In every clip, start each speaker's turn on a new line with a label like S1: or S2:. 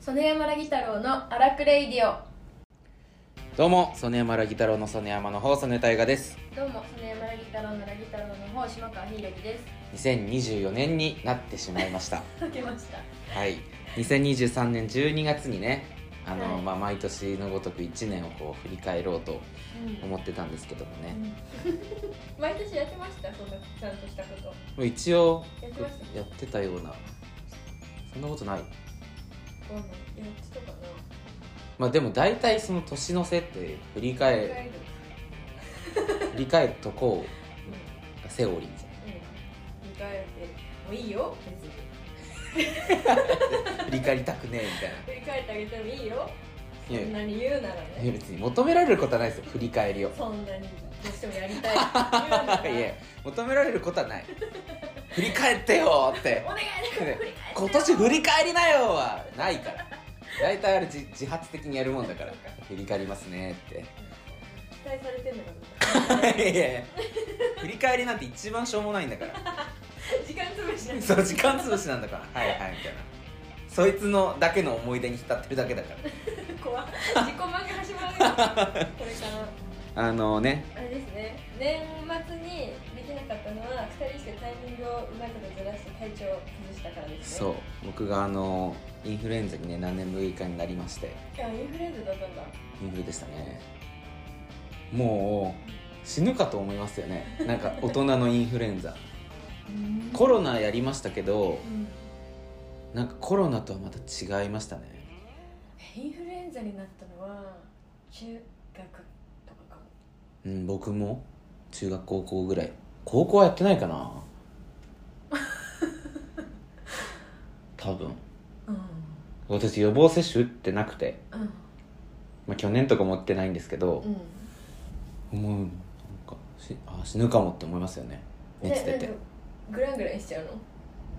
S1: 曽根山ラギ太郎の荒くレイディオ
S2: どうも、曽根山ラギ太郎の曽根山の方、曽根大河です。
S1: どうも曽根山ラギ太郎のラギ太郎の方島川ひいらきです
S2: 2024年になってしまいました。
S1: 開けました
S2: はい。2023年12月にね、あの、
S1: はい
S2: まあ、毎年のごとく1年をこう振り返ろうと
S1: うん
S2: 思ってたんですけどもね。
S1: 毎年やってましたそんなちゃんとしたこと
S2: もう一応
S1: やってました
S2: やってたような、そんなことない。
S1: どうなんやってたかな
S2: まあ、でも大体その年の瀬って振り返、
S1: る
S2: 振り返っとこうがセオリーじ
S1: うん振り返ってもういいよ別に
S2: ゃん。振り返りたくねえみたいな。
S1: 振り返ってあげてもいいよそ
S2: いや
S1: んなに言うなら
S2: いや
S1: ね
S2: 別に求められることはないですよ振り返りを
S1: そんなにどうしてもやり たいって言うなら
S2: いや求められることはない振り返ってよって
S1: お願いだから振り返って
S2: 今年振り返りなよはないから大体あれ自自発的にやるもんだから振り返りますね
S1: 期待されてんのか
S2: っ
S1: な
S2: ていやいや振り返りなんて一番しょうもないんだから
S1: 時間潰しなんだ
S2: そう時間潰しなんだからはいはいみたいなそいつのだけの思い出に浸ってるだけだか
S1: 怖い自己満が始まるよこれから
S2: らあのね
S1: あれですね年末にできなかったのは2人してタイミングをうまいことずらして体調を崩したからですね
S2: そう僕があのインフルエンザにね何年ぶりかになりまして
S1: いやインフルエンザだったんだ
S2: インフルでしたねもう死ぬかと思いますよねなんか大人のインフルエンザコロナやりましたけど
S1: うん
S2: なんかコロナとはまた違いましたね
S1: インフルエンザになったのは中学とかかも
S2: うん僕も中学高校ぐらい高校はやってないかな多分
S1: う
S2: 私予防接種打ってなくて、
S1: んうん
S2: まあ、去年とかも打ってないんですけど、もうなんかしあ死ぬかもって思いますよね熱出て
S1: でグラングランしちゃうの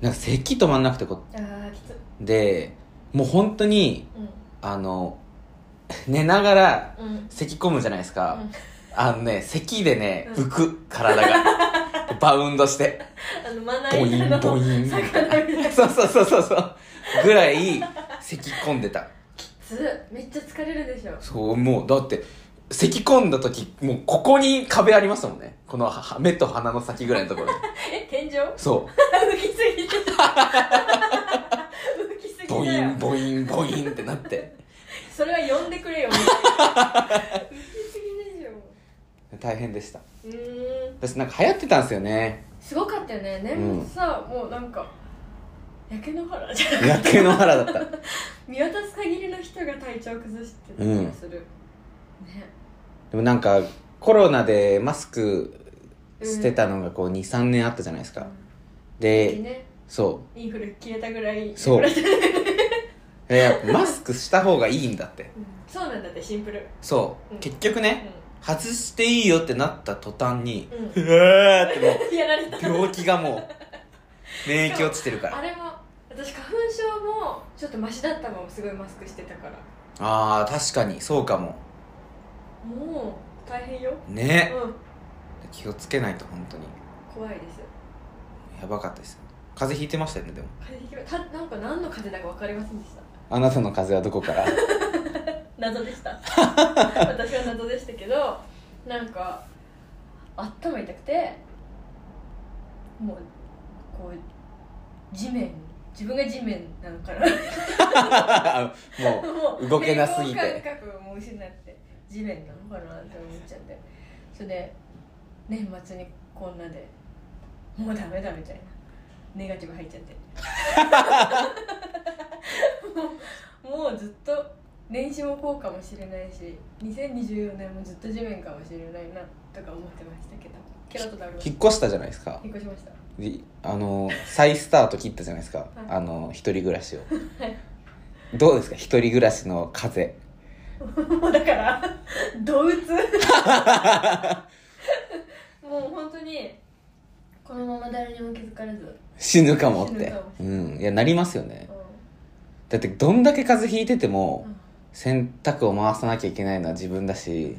S2: なんか咳止まんなくてこ
S1: ああきつ
S2: でもう本当に
S1: う
S2: あの寝ながら
S1: んうん
S2: 咳込むじゃないですか、
S1: うん
S2: あのね咳でね
S1: うん
S2: 浮く体が バウンドして
S1: あのまな
S2: ボイ
S1: 板
S2: ンボイ
S1: の
S2: ン
S1: 魚みたいな
S2: そうそうそうそうそうぐらい咳込んでた
S1: つめっちゃ疲れるでしょ
S2: そうもうだって咳込んだ時もうここに壁ありましたもんねこのは目と鼻の先ぐらいのと ころに
S1: え天井
S2: そ
S1: 浮きすぎてた浮きす
S2: う
S1: ぎ
S2: ボ
S1: だ
S2: イ
S1: よ
S2: ンボインボインってなって
S1: それは呼んでくれよ浮きすぎでしょ
S2: 大変でした
S1: うーん
S2: 私なんか流行ってたんですよね
S1: すごかったよね年末さ、もうなんか焼け野原じゃん
S2: 野球の腹だった
S1: 見渡す限りの人が体調崩してた気がする、ね
S2: でもなんかコロナでマスクしてたのがこう23年あったじゃないですか、で
S1: ね
S2: そ
S1: インフル消えたぐらい
S2: そう
S1: うん
S2: ういやマスクした方がいいんだって
S1: そうなんだってシンプル
S2: そう、
S1: うん
S2: 結局ね外していいよってなった途端に
S1: うん、
S2: うわーっても
S1: うん、やられた
S2: う病気がもう免疫落ちてるから
S1: あれも私花粉症もちょっとマシだったもんすごいマスクしてたから
S2: あー確かにそうかも
S1: もう大変ようん
S2: ね気をつけないと本当に
S1: 怖いです
S2: やばかったですよ風邪ひいてましたよねでも
S1: 風邪ひきまたなんか何の風邪だか分かりませんでした
S2: あなたの風邪はどこから
S1: 謎でした 私は謎でしたけどなんか頭痛くてもうこう地面自分が地面なのかな
S2: も
S1: もう
S2: 動け なすぎて
S1: 平衡感覚も失って地面なのかなって思っちゃってそれで年末にこんなでもうダメだみたいなネガティブ入っちゃってもうもうずっと年始もこうかもしれないし2024年もずっと地面かもしれないなとか思ってましたけどケロッとなりま
S2: う
S1: した
S2: 引っ越したじゃないですか
S1: 引っ越しました
S2: であの再スタート切ったじゃないですか、あの一人暮らしをどうですか一人暮らしの風
S1: もうだからどうつもう本当にこのまま誰にも気づかれず、
S2: 死ぬかもっ
S1: 死ぬ
S2: て
S1: かも
S2: うんいやなりますよね
S1: うん
S2: だってどんだけ風邪ひいてても
S1: うん
S2: 洗濯を回さなきゃいけないのは自分だし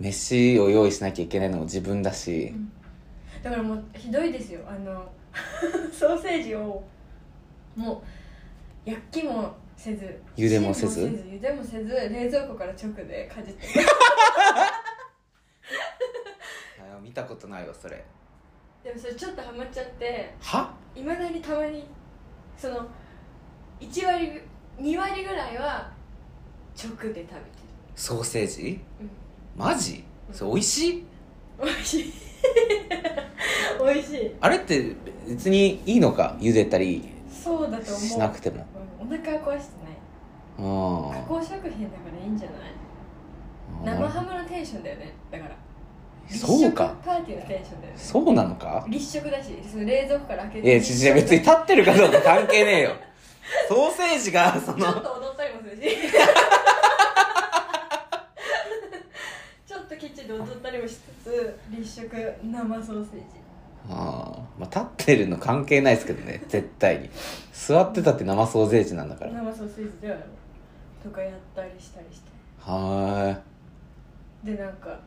S2: 飯を用意しなきゃいけないのも自分だし
S1: だからもうひどいです よあのソーセージをもう薬器もせず
S2: 茹でもせず
S1: チン茹でもせず冷蔵庫から直でかじって
S2: あ見たことないわそれ
S1: でもそれちょっとハマっちゃって
S2: はい
S1: まだにたまにその1割2割ぐらいは直で食べてる
S2: ソーセージ
S1: うん
S2: マジそれ美味しい
S1: 美味しい美味しい
S2: あれって別にいいのか茹でたり
S1: そうだと思う
S2: しなくても
S1: うんお腹は壊してない加
S2: あ
S1: 工食品だからいいんじゃない
S2: あ
S1: 生ハムのテンションだよねだから立食
S2: そうか
S1: パーティーのテンションだよね
S2: そうなのか
S1: 立食だしその冷蔵庫から開け
S2: いや
S1: て
S2: 違う別に立ってるかどうか関係ねえよソーセージがそ
S1: ちょ
S2: の
S1: っと踊ったりもするし ちょっとキッチンで踊ったりもしつつ立食生ソーセージ
S2: あーまあ、立ってるの関係ないですけどね絶対に座ってたって生ソーセージなんだから
S1: 生ソーセージではとかやったりしたりして
S2: は
S1: でなんか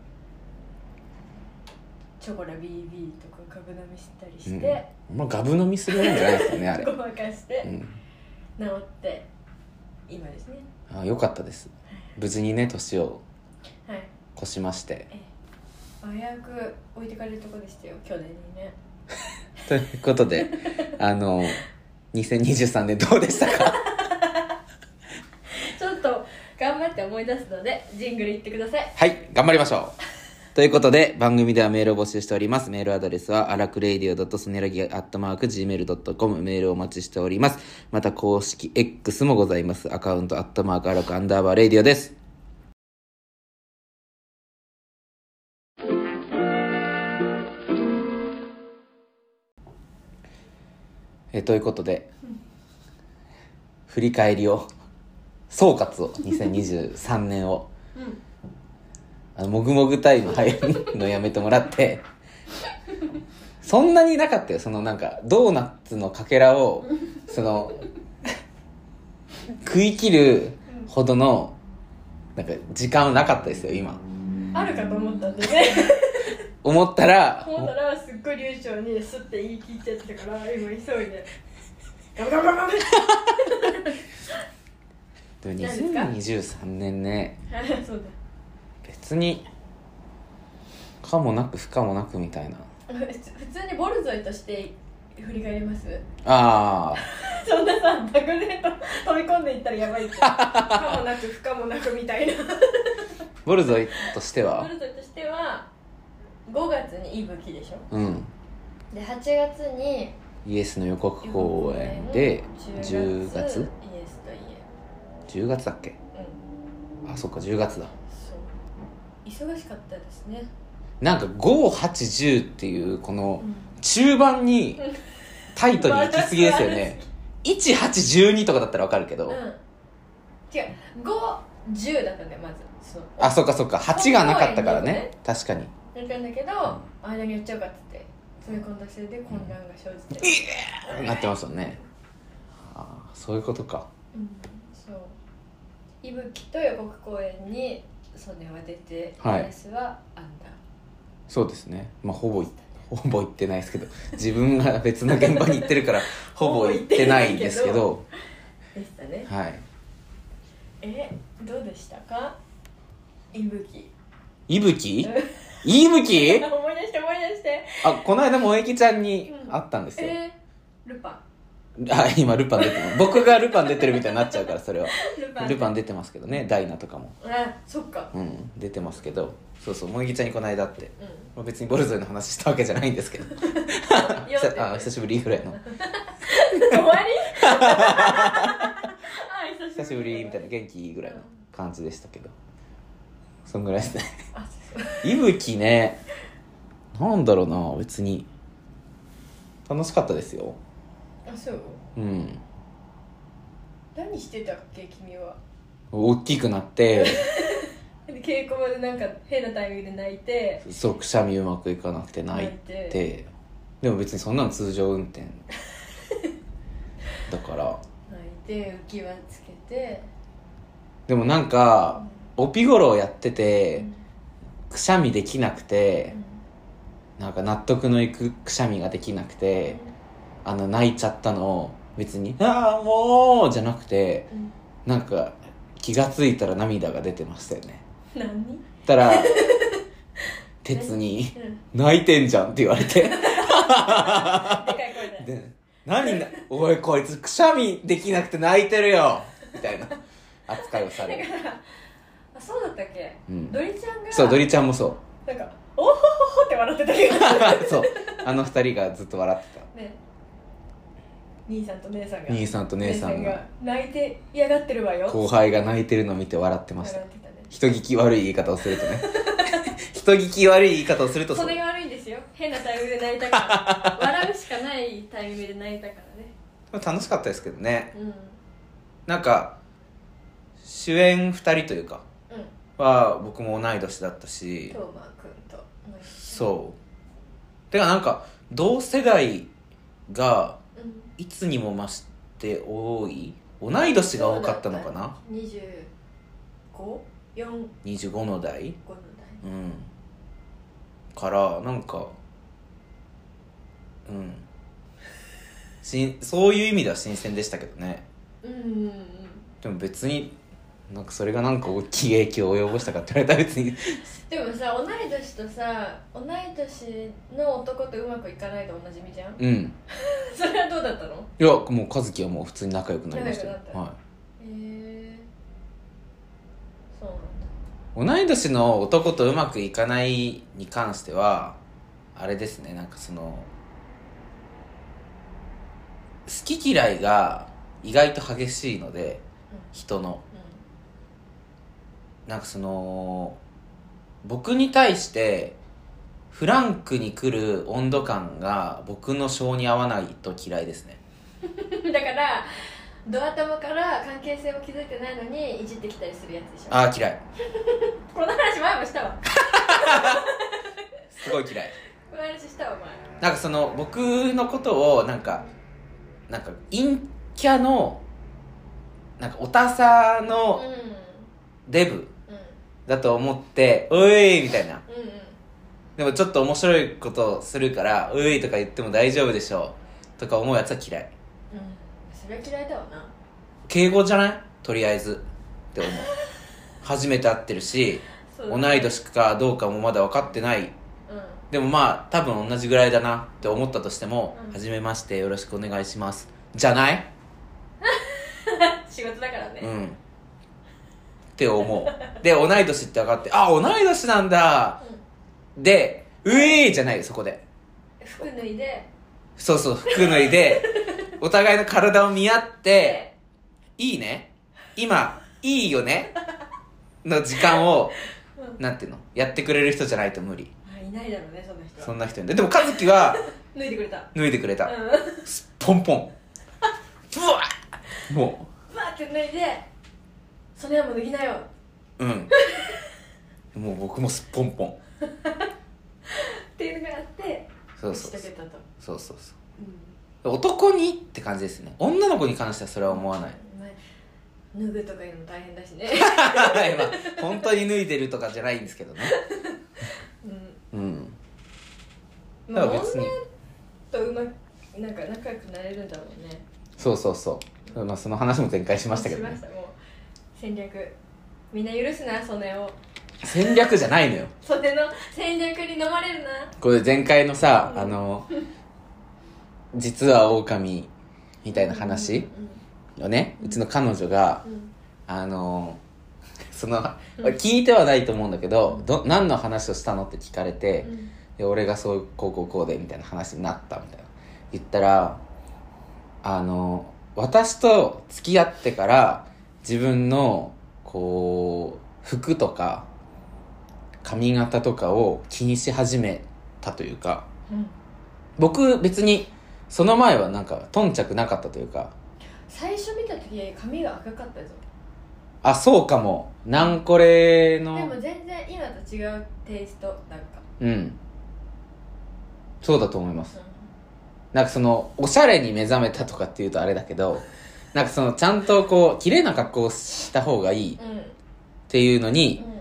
S1: チョコラ BB とか株なめしたり
S2: ーい、う
S1: し
S2: ん
S1: て、、
S2: あんまガブ飲みするもんじゃないですよねあれ、
S1: ごまかして
S2: うん、
S1: 治って今ですね
S2: あーよかったです無事にね年を
S1: はい
S2: 越しまして
S1: 危うく置いてかれるとこでしたよ去年にね
S2: ということであの2023年どうでしたか
S1: ちょっと頑張って思い出すのでジングル言ってください
S2: はい頑張りましょうということで番組ではメールを募集しておりますメールアドレスはラクレイディオスネラギアットマーク Gmail.com メールをお待ちしておりますまた公式 X もございますアカウントアットマークアラクアンダーバーレイディオですえということで振り返りを総括を2023年を
S1: うん
S2: あのもぐもぐタイム入るのやめてもらってそんなになかったよそのなんかドーナツのかけらをその食い切るほどのなんか時間はなかったですよ今
S1: あるかと思ったんで ね
S2: 思ったら
S1: 思ったらすっごい流暢にすって言い切っちゃってたから今急いでガブガブ ガブガブ
S2: で
S1: 何
S2: も
S1: ですか
S2: 2023年ね
S1: ってそう
S2: 別にかもなく不可もなくみたいな
S1: だふ普通にボルゾイとして振り返ります
S2: ああ
S1: そんなさダグレート飛び込んでいったらやばいってかもなく不可もなくみたいな
S2: ボルゾイとして
S1: ボ
S2: は
S1: ルゾイとしては5月にいぶきでしょ
S2: うん
S1: で8月に
S2: イエスの予告公演で10月
S1: イエスとイ
S2: 10月だっけ
S1: エうん
S2: あそっか10月だ
S1: そう忙しかったですね、
S2: なんか5810っていうこの
S1: うん、
S2: 中盤に
S1: うん
S2: タイトに行き過ぎですよね1812とかだったらわかるけ
S1: う
S2: ど、
S1: ん違う510だったんだよまずそう
S2: あそっかそっか8がなかったからね確かに
S1: だったんだけど間にやっちゃうかっつって詰め込んだせいで混乱が生じて、
S2: なってましたねあーそういうことか
S1: うん、そう伊吹と予告公演にソネは出て、
S2: はい
S1: イエスはアンダー
S2: そうですねまあほぼいほぼ行ってないですけど自分が別の現場に行ってる からほぼ行ってないんですけど
S1: でしたね
S2: はい
S1: えどうでしたか伊吹
S2: いぶきいぶき
S1: 思い出して思い出して
S2: あこの間萌えきちゃんに会ったんですよ、
S1: えー、ルパン
S2: あ今ルパン出てる僕がルパン出てるみたいになっちゃうからそれは
S1: ルパン
S2: ルパン出てますけどねダイナとかも
S1: あそっか
S2: うん出てますけどそうそう萌木ちゃんにこの間会って、
S1: うん
S2: まあ、別にボルゾイの話したわけじゃないんですけど
S1: いや
S2: 久あ久しぶりぐらいの
S1: 終 わりあ
S2: 久しぶりみたい
S1: な
S2: な元気ぐらいの感じでしたけどそんぐらいで すね
S1: あそう
S2: いぶきねなんだろうな別に楽しかったですよ
S1: あそう
S2: うん
S1: 何してたっけ君は
S2: 大きくなって
S1: で稽古場でなんか変なタイミングで泣いて
S2: そうくしゃみうまくいかなくて泣い
S1: 泣い
S2: てでも別にそんなの通常運転だから
S1: 泣いて浮き輪つけて
S2: でもなんかオピゴロをやって
S1: う
S2: て
S1: ん
S2: くしゃみできなくてなんか納得のいくくしゃみができなくてあの泣いちゃったのを別に「ああもう!」じゃなくて
S1: うん
S2: なんか気がついたら涙が出てましたよね
S1: 何うん
S2: たら鉄に「泣いてんじゃん」って言われて
S1: でかい声で
S2: で「何なおいこいつくしゃみできなくて泣いてるよ」みたいな扱いをされる、
S1: だからあそうだったっけ
S2: うん
S1: ド、リちゃんが
S2: そうドリちゃんもそう
S1: なんか「おほほほ」って笑ってたけ ど
S2: そうあの二人がずっと笑ってた
S1: ね兄さんと姉さんが
S2: 兄さんと姉さんが
S1: 泣いて嫌がってるわよ
S2: 後輩が泣いてるの見て笑ってました
S1: 笑ってたね
S2: 人聞き悪い言い方をすると ね人聞き悪い言い方をするとそ
S1: そうれが悪いんですよ変なタイミングで泣いた から笑うしかないタイミングで泣いたからね
S2: 楽しかったですけどね
S1: うんうん
S2: なんか主演二人というかは僕も同い年だったし
S1: トーマー君と
S2: そうてかなんか同世代が
S1: うん、うん、
S2: いつにも増して多い同い年が多かったのかな
S1: 2 5 4
S2: 25
S1: 5の
S2: の代
S1: 代
S2: うんからなんかうんしんそういう意味では新鮮でしたけどね
S1: うんうんうん
S2: でも別になんかそれがなんか大きい影響を及ぼしたかって言われたら別に
S1: でもさ同い年とさ同い年の男とうまくいかないでおなじみじゃん
S2: うん
S1: それはどうだったの
S2: いやもう和樹はもう普通に仲良くなりましたよ
S1: 仲良くなった
S2: は
S1: へえそうなんだ
S2: い、同い年の男とうまくいかないに関してはあれですねなんかその好き嫌いが意外と激しいので人の
S1: う
S2: なんかその僕に対してフランクに来る温度感が僕の性に合わないと嫌いですね
S1: ん、 うん、だからドア玉から関係性を築いてないのにいじってきたりするやつでしょ
S2: ああ嫌い
S1: この話前もしたわ
S2: すごい嫌い
S1: この話したわ
S2: なんかその僕のことをなんかなんか陰キャのなんかおたさ
S1: お
S2: の
S1: 前うんうん
S2: デブだと思って「おい!」みたいな
S1: うんうん
S2: でもちょっと面白いことをするから「おい!」とか言っても大丈夫でしょうとか思うやつは嫌い
S1: うんそれは嫌いだわな
S2: 敬語じゃないとりあえずって思う初めて会ってるし
S1: そう
S2: 同
S1: だね
S2: い年かどうかもまだ分かってない
S1: うんうん
S2: でもまあ多分同じぐらいだなって思ったとしても「
S1: うん
S2: 初めましてよろしくお願いします」じゃない
S1: 仕事だからね、
S2: うんって思うで同い年って分かって「あ同い年なんだ」で「うえー!」じゃないそこで
S1: 服脱いで
S2: そうそう服脱いでお互いの体を見合って
S1: で
S2: いいね今いいよねの時間を、
S1: う
S2: なんていうのやってくれる人じゃないと無理
S1: あいないだろうねそんな人は
S2: そんな人にでも和樹は
S1: 脱いでくれた
S2: 脱いでくれ
S1: う
S2: た
S1: ん
S2: ポンポンブワッも
S1: バーって脱いでその山脱ぎなよ
S2: ううんもう僕もすっぽんぽん
S1: っていうのがあって
S2: そうそうそ
S1: 打
S2: う
S1: ち解けたと
S2: そうそうそ
S1: うん
S2: う男にって感じですね女の子に関してはそれは思わない
S1: ね脱ぐとかいうのも大変だしね
S2: 今本当に脱いでるとかじゃないんですけどね
S1: うん
S2: うん
S1: ま
S2: だ
S1: あ
S2: から
S1: 女
S2: 別に
S1: とうまくなんか仲良くなれるんだろうね
S2: そうそうそう、まあ、その話も展開しましたけど、ね、
S1: もう戦略みんな許すなそれを
S2: 戦略じゃないのよ
S1: それの戦略に飲まれるな
S2: これ前回のさ、
S1: うん
S2: あの実は狼みたいな話をね、うちの彼女が
S1: うんうん
S2: あのその
S1: うん
S2: 聞いてはないと思うんだけどど何の話をしたのって聞かれて
S1: うん
S2: で俺がそうこうこうこうでみたいな話になったみたいな言ったらあの私と付き合ってから自分のこう服とか髪型とかを気にし始めたというか
S1: うん
S2: 僕別にその前はなんか頓着なかったというか
S1: 最初見た時髪が赤かったぞ
S2: あそうかもなんこれ
S1: で
S2: の
S1: も全然今と違うテイストなんか
S2: うんそうだと思います
S1: う
S2: なんかそのおしゃれに目覚めたとかっていうとあれだけどなんかそのちゃんとこう綺麗な格好をした方がいいっ
S1: んうん
S2: ていうのに
S1: うん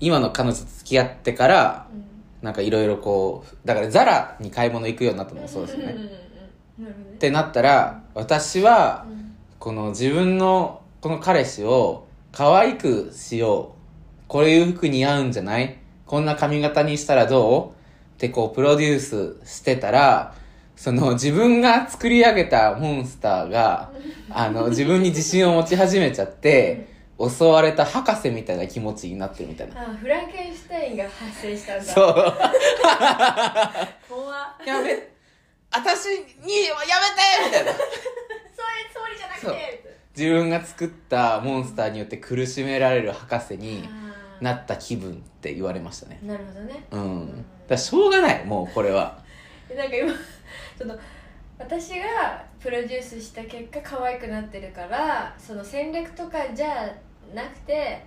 S2: 今の彼女と付き合ってから
S1: うん
S2: なんかいろいろこうだからザラに買い物行くようになったのもそうですよ
S1: ん
S2: ね
S1: んうんなるほどね
S2: ってなったら私は
S1: うん
S2: この自分のこの彼氏を可愛くしよう。こういう服似合うんじゃないこんな髪型にしたらどうってこうプロデュースしてたら、その自分が作り上げたモンスター が、あの自分に自信を持ち始めちゃって、襲われた博士みたいな気持ちになってるみたいな。
S1: あフランケンシュタインが発生したんだ
S2: そう。
S1: 怖っ
S2: やめ、私に、やめてみたい
S1: そうい
S2: な。
S1: うつもりじゃなくて
S2: そう自分が作ったモンスターによって苦しめられる博士
S1: み
S2: に
S1: たいな
S2: なった気分って言われましたね。
S1: あーなるほどね
S2: うん。だからしょうがない、もうこれは。
S1: でなんか今ちょっと私がプロデュースした結果可愛くなってるからその戦略とかじゃなくて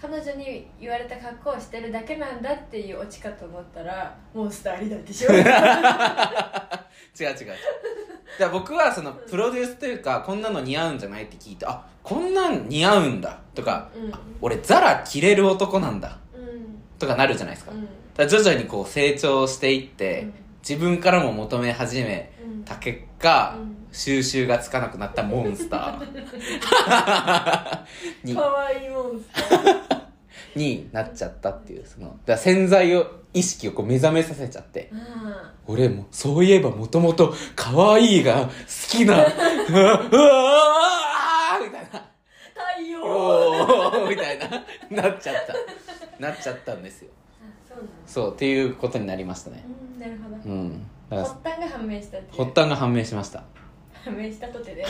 S1: 彼女に言われた格好をしてるだけなんだっていうオチかと思ったらモンスターになってしまう
S2: 違う違う。だから僕はそのプロデュースというか、こんなの似合うんじゃないって聞いて、あ、こんなん似合うんだ とか、
S1: うん
S2: 俺ザラ着れる男なんだ
S1: うん
S2: とかなるじゃないですか。
S1: う
S2: だ
S1: ん
S2: から徐々にこう成長していっ
S1: う
S2: て
S1: ん、
S2: 自分からも求め始め
S1: うん
S2: た結果、
S1: うん
S2: 収集がつかなくなったモンスターに
S1: 可愛いモンスター
S2: になっちゃったっていうそのだから潜在を意識をこう目覚めさせちゃって
S1: うん
S2: 俺もそういえばもともと可愛いが好きなうわうわみたいな
S1: 太陽
S2: おーみたいななっちゃったなっちゃったんですよ
S1: あそうなんだ
S2: そうっていうことになりましたね
S1: うんなるほど
S2: うんだから
S1: 発端が判明したっていう
S2: 発端が判明しました
S1: 判明したとてで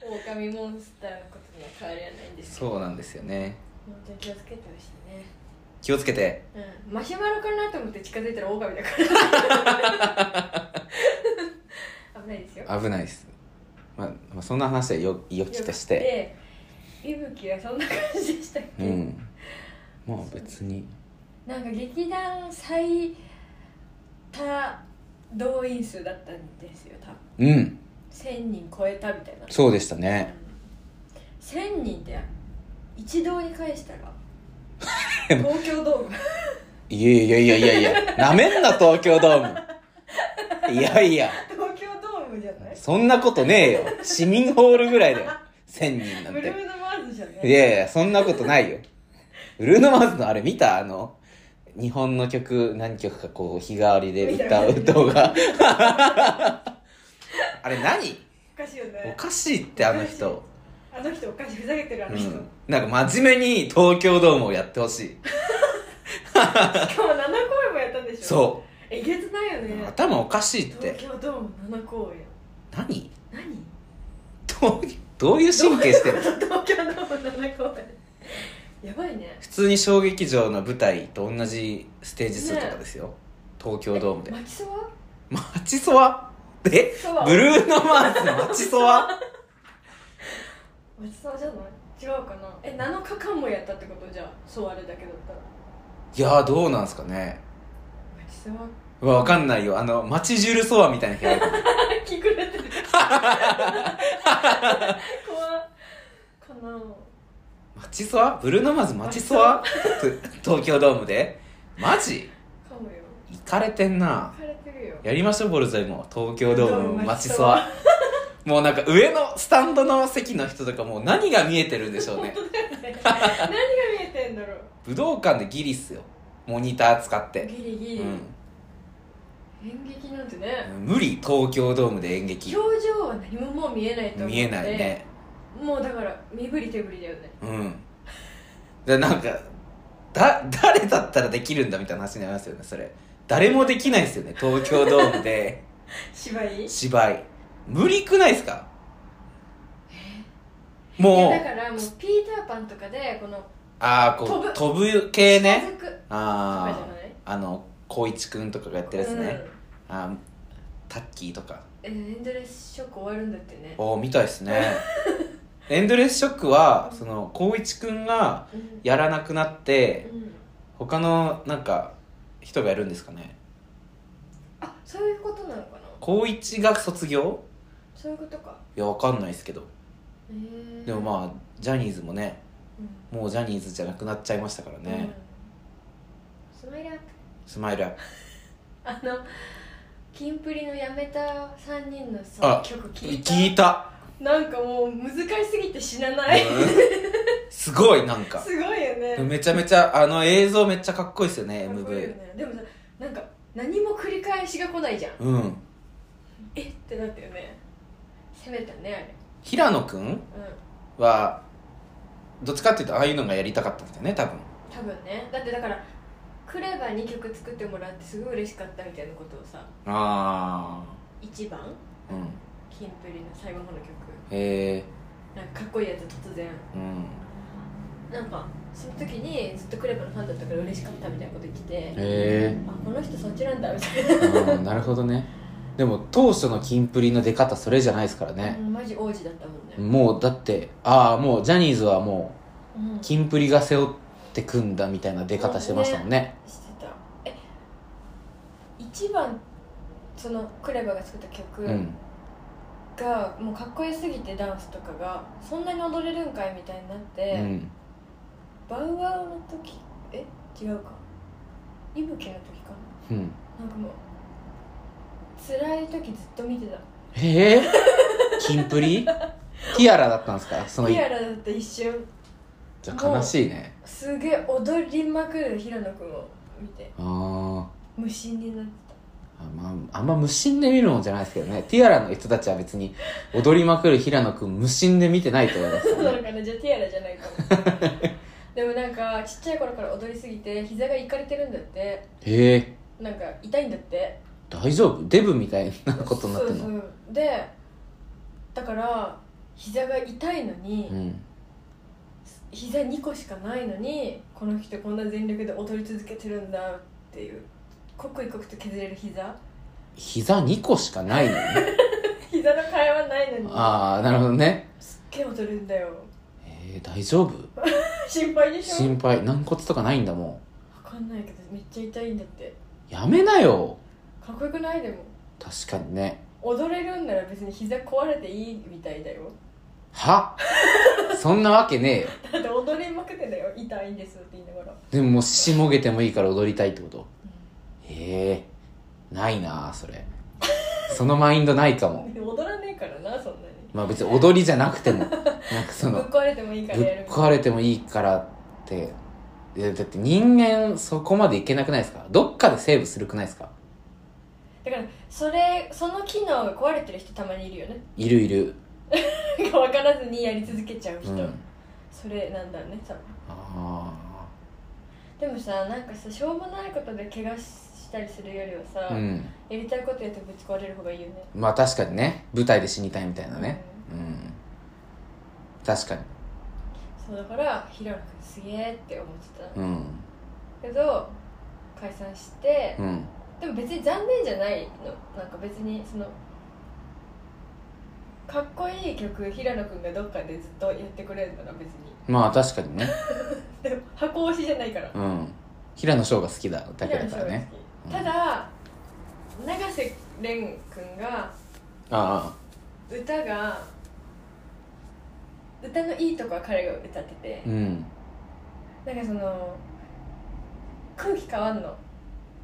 S1: 狼モンスターのことには変わりはないんですけど
S2: そうなんですよね
S1: 本当に気をつけてほしいね
S2: 気をつけて
S1: うん、マシュマロかなと思って近づいたら狼だから危ないですよ
S2: 危ないです、まあ、まあそんな話はよよきとして
S1: でいぶきはそんな感じでしたっけ、
S2: うんまあ別に
S1: なんか劇団最多動員数だったんですよ多分
S2: うん
S1: 1000人超えたみたいな
S2: そうでしたね
S1: 1000人って一堂に返した ら東京ドーム
S2: いやいやいやいやいやなめんな東京ドームいやいや
S1: 東京ドームじゃない
S2: そんなことねえよ市民ホールぐらいだよ1000人なん
S1: ブルー
S2: て
S1: ノ・マーズじゃない
S2: いやいやそんなことないよブルーノ・マーズのあれ見たあの日本の曲何曲かこう日替わりで歌う動画あれ何
S1: おかしいよ
S2: お
S1: ね
S2: かしいってあの人
S1: あの人おかしいふざけてるあ
S2: う
S1: の人、
S2: んなんか真面目に東京ドームをやってほしい
S1: しかも7公演もやったんでしょ
S2: そう
S1: えげつないよ
S2: う
S1: ね
S2: 頭おかしいっ
S1: 東
S2: て
S1: 京ドーム7公演
S2: 何
S1: 何
S2: どうどういう神経してる
S1: 東京ドーム7公演やばいね
S2: 普通に小劇場の舞台と同じステージ数とかですよ、東京ドームで
S1: 巻きそば
S2: マチソワえ
S1: そば
S2: ブルーノ・マーズのマチソワ
S1: 巻きそばじゃない違うかなえ7日間もやったってことじゃあそうあれだけだったら
S2: いやーどうなんすかね
S1: 巻きそば
S2: うわわかんないよあのマチジュルソワみたいな部屋
S1: 気狂って る怖っかな
S2: マチソワブルーノ・マーズマチソワ 東京ドームでマジ
S1: かもよ
S2: 行かれてんな
S1: 疲れてるよ
S2: やりましょうボルザイも東京ドームの街そわもうなんか上のスタンドの席の人とかもう何が見えてるんでしょう ね
S1: 何が見えてんだろう
S2: 武道館でギリっすよモニター使って、
S1: ギリギ
S2: う
S1: リ、
S2: ん、
S1: 演劇なんてね
S2: 無理東京ドームで演
S1: 表
S2: 劇
S1: 情は何ももう見えないと思って
S2: 見えないね
S1: もうだから身振り手振りだよね
S2: うんでなんかだ誰だったらできるんだみたいな話になりますよねそれ誰もできないですよね東京ドー ムで
S1: 芝居
S2: 芝居無理くないですかも
S1: いやだ
S2: う
S1: からもうピーターパンとかでこの
S2: ああこう
S1: 飛ぶ
S2: 飛ぶ系ね
S1: 近づくとかじゃ
S2: あ
S1: ない
S2: ああの光一くんとかがやってるやつね、
S1: うん
S2: あータッキーとか
S1: えエンドレスショック終わるんだってね
S2: おお見たいですね エンドレスショックはその光一くんが
S1: うん
S2: やらなくなって
S1: うん
S2: 他のなんか人がやるんですかね
S1: あそういうことなのかな
S2: 光一が卒業
S1: そういうことか
S2: いやわかんないですけど
S1: へー
S2: でもまあジャニーズもね
S1: うん
S2: もうジャニーズじゃなくなっちゃいましたからね、
S1: うんスマイルアップ
S2: スマイルアップ
S1: あのキンプリの辞めた3人の
S2: あ
S1: さ曲聴いた
S2: 聞いた
S1: なんかもう難しすぎて死なない
S2: すごいなんか
S1: すごいよね
S2: めちゃめちゃあの映像めっちゃかっこいいですよね
S1: かっこいいよ
S2: MV
S1: ねでもさなんか何も繰り返しが来ないじゃん
S2: うん
S1: えってなったよね攻めたね
S2: 平野くん
S1: あれうん
S2: はどっちかっていうとああいうのがやりたかったんだよね多分
S1: 多分ねだってだからクレバに曲作ってもらってすごい嬉しかったみたいなことをさ
S2: あ
S1: 1番
S2: あうん
S1: キンプリの最後の方の曲
S2: へえ
S1: なんかかっこいいやつ突然
S2: うん
S1: なんかその時にずっとクレバのファンだったから嬉しかったみたいなこと言ってて
S2: へ
S1: あこの人そっちなんだみたい
S2: え ー、なるほどねでも当初のキンプリの出方それじゃないですから
S1: な、
S2: ね、
S1: うんマジ王子だったもんね、
S2: もうだってああもうジャニーズはも
S1: うん
S2: うキンプリが背負ってくんだみたいな出方してましたもんね
S1: してたえ一番そのクレバが作った曲
S2: うん
S1: が、もうかっこよすぎてダンスとかがそんなに踊れるんかいみたいになっ
S2: う
S1: て、
S2: ん
S1: バウアーの時え違うか息吹の時か
S2: うん
S1: ななんかもう辛い時ずっと見てた
S2: へえ キンプリティアラだったんですかその
S1: ティアラだった一瞬
S2: じゃあ悲しいね
S1: すげえ踊りまくる平野君を見て
S2: あー
S1: 無心になって
S2: あまあ、あんま無心で見るもんじゃないですけどねティアラの人たちは別に踊りまくる平野くん無心で見てないと思います
S1: たそう
S2: よ
S1: な の
S2: ね
S1: かなじゃあティアラじゃない かもでもなんかちっちゃい頃から踊りすぎて膝がいかれてるんだって
S2: へえ
S1: なんか痛いんだって
S2: 大丈夫デブみたいなことになってんの
S1: そううそうでだから膝が痛いのに、
S2: ん
S1: 膝2個しかないのにこの人こんな全力で踊り続けてるんだっていう刻一刻と削れる膝
S2: 膝2個しかないのね
S1: 膝の会話ないのに
S2: ああなるほどね
S1: すっげえ踊るんだよ
S2: えー、大丈夫
S1: 心配でしょ
S2: 心配軟骨とかないんだも
S1: 分かんないけどめっちゃ痛いんだって
S2: んやめなよ
S1: かっこよくないでも
S2: 確かにね
S1: 踊れるんなら別に膝壊れていいみたいだよ
S2: は そんなわけねえよ
S1: だって踊りまくってだよ痛いんですって言いながら、
S2: でももうしもげてもいいから踊りたいってことええないなあそれそのマインドないかも
S1: 踊らねえからなそんなに
S2: まあ別に踊りじゃなくてもなんかそ
S1: ぶっ
S2: の
S1: 壊れてもいいから
S2: ぶ
S1: やる
S2: っ壊れてもいいからっていやだって人間そこまでいけなくないですかどっかでセーブするくないですか
S1: だからそれその機能が壊れてる人たまにいるよね
S2: いるいる、
S1: なんか分からずにやり続けちゃう
S2: う
S1: 人、
S2: ん、
S1: それなんだね多分
S2: あ
S1: でもさなんかさしょうもないことで怪我したりするよりはさ、
S2: あうん
S1: やりたいことやってぶち壊れる方がいいよね
S2: まあ確かにね舞台で死にたいみたいなねうん確かに
S1: そうだから平野君すげえって思ってた、
S2: うん
S1: けど解散して、
S2: うん
S1: でも別に残念じゃないのなんか別にそのかっこいい曲平野君がどっかでずっとやってくれるなら別に
S2: まあ確かにね
S1: でも箱推しじゃないから
S2: うん平野翔が好きだだけだからね
S1: 平野翔が好きただ永瀬廉君が
S2: あ
S1: 歌が歌のいいとこは彼が歌ってて
S2: あ、うん
S1: なんかその空気変わんの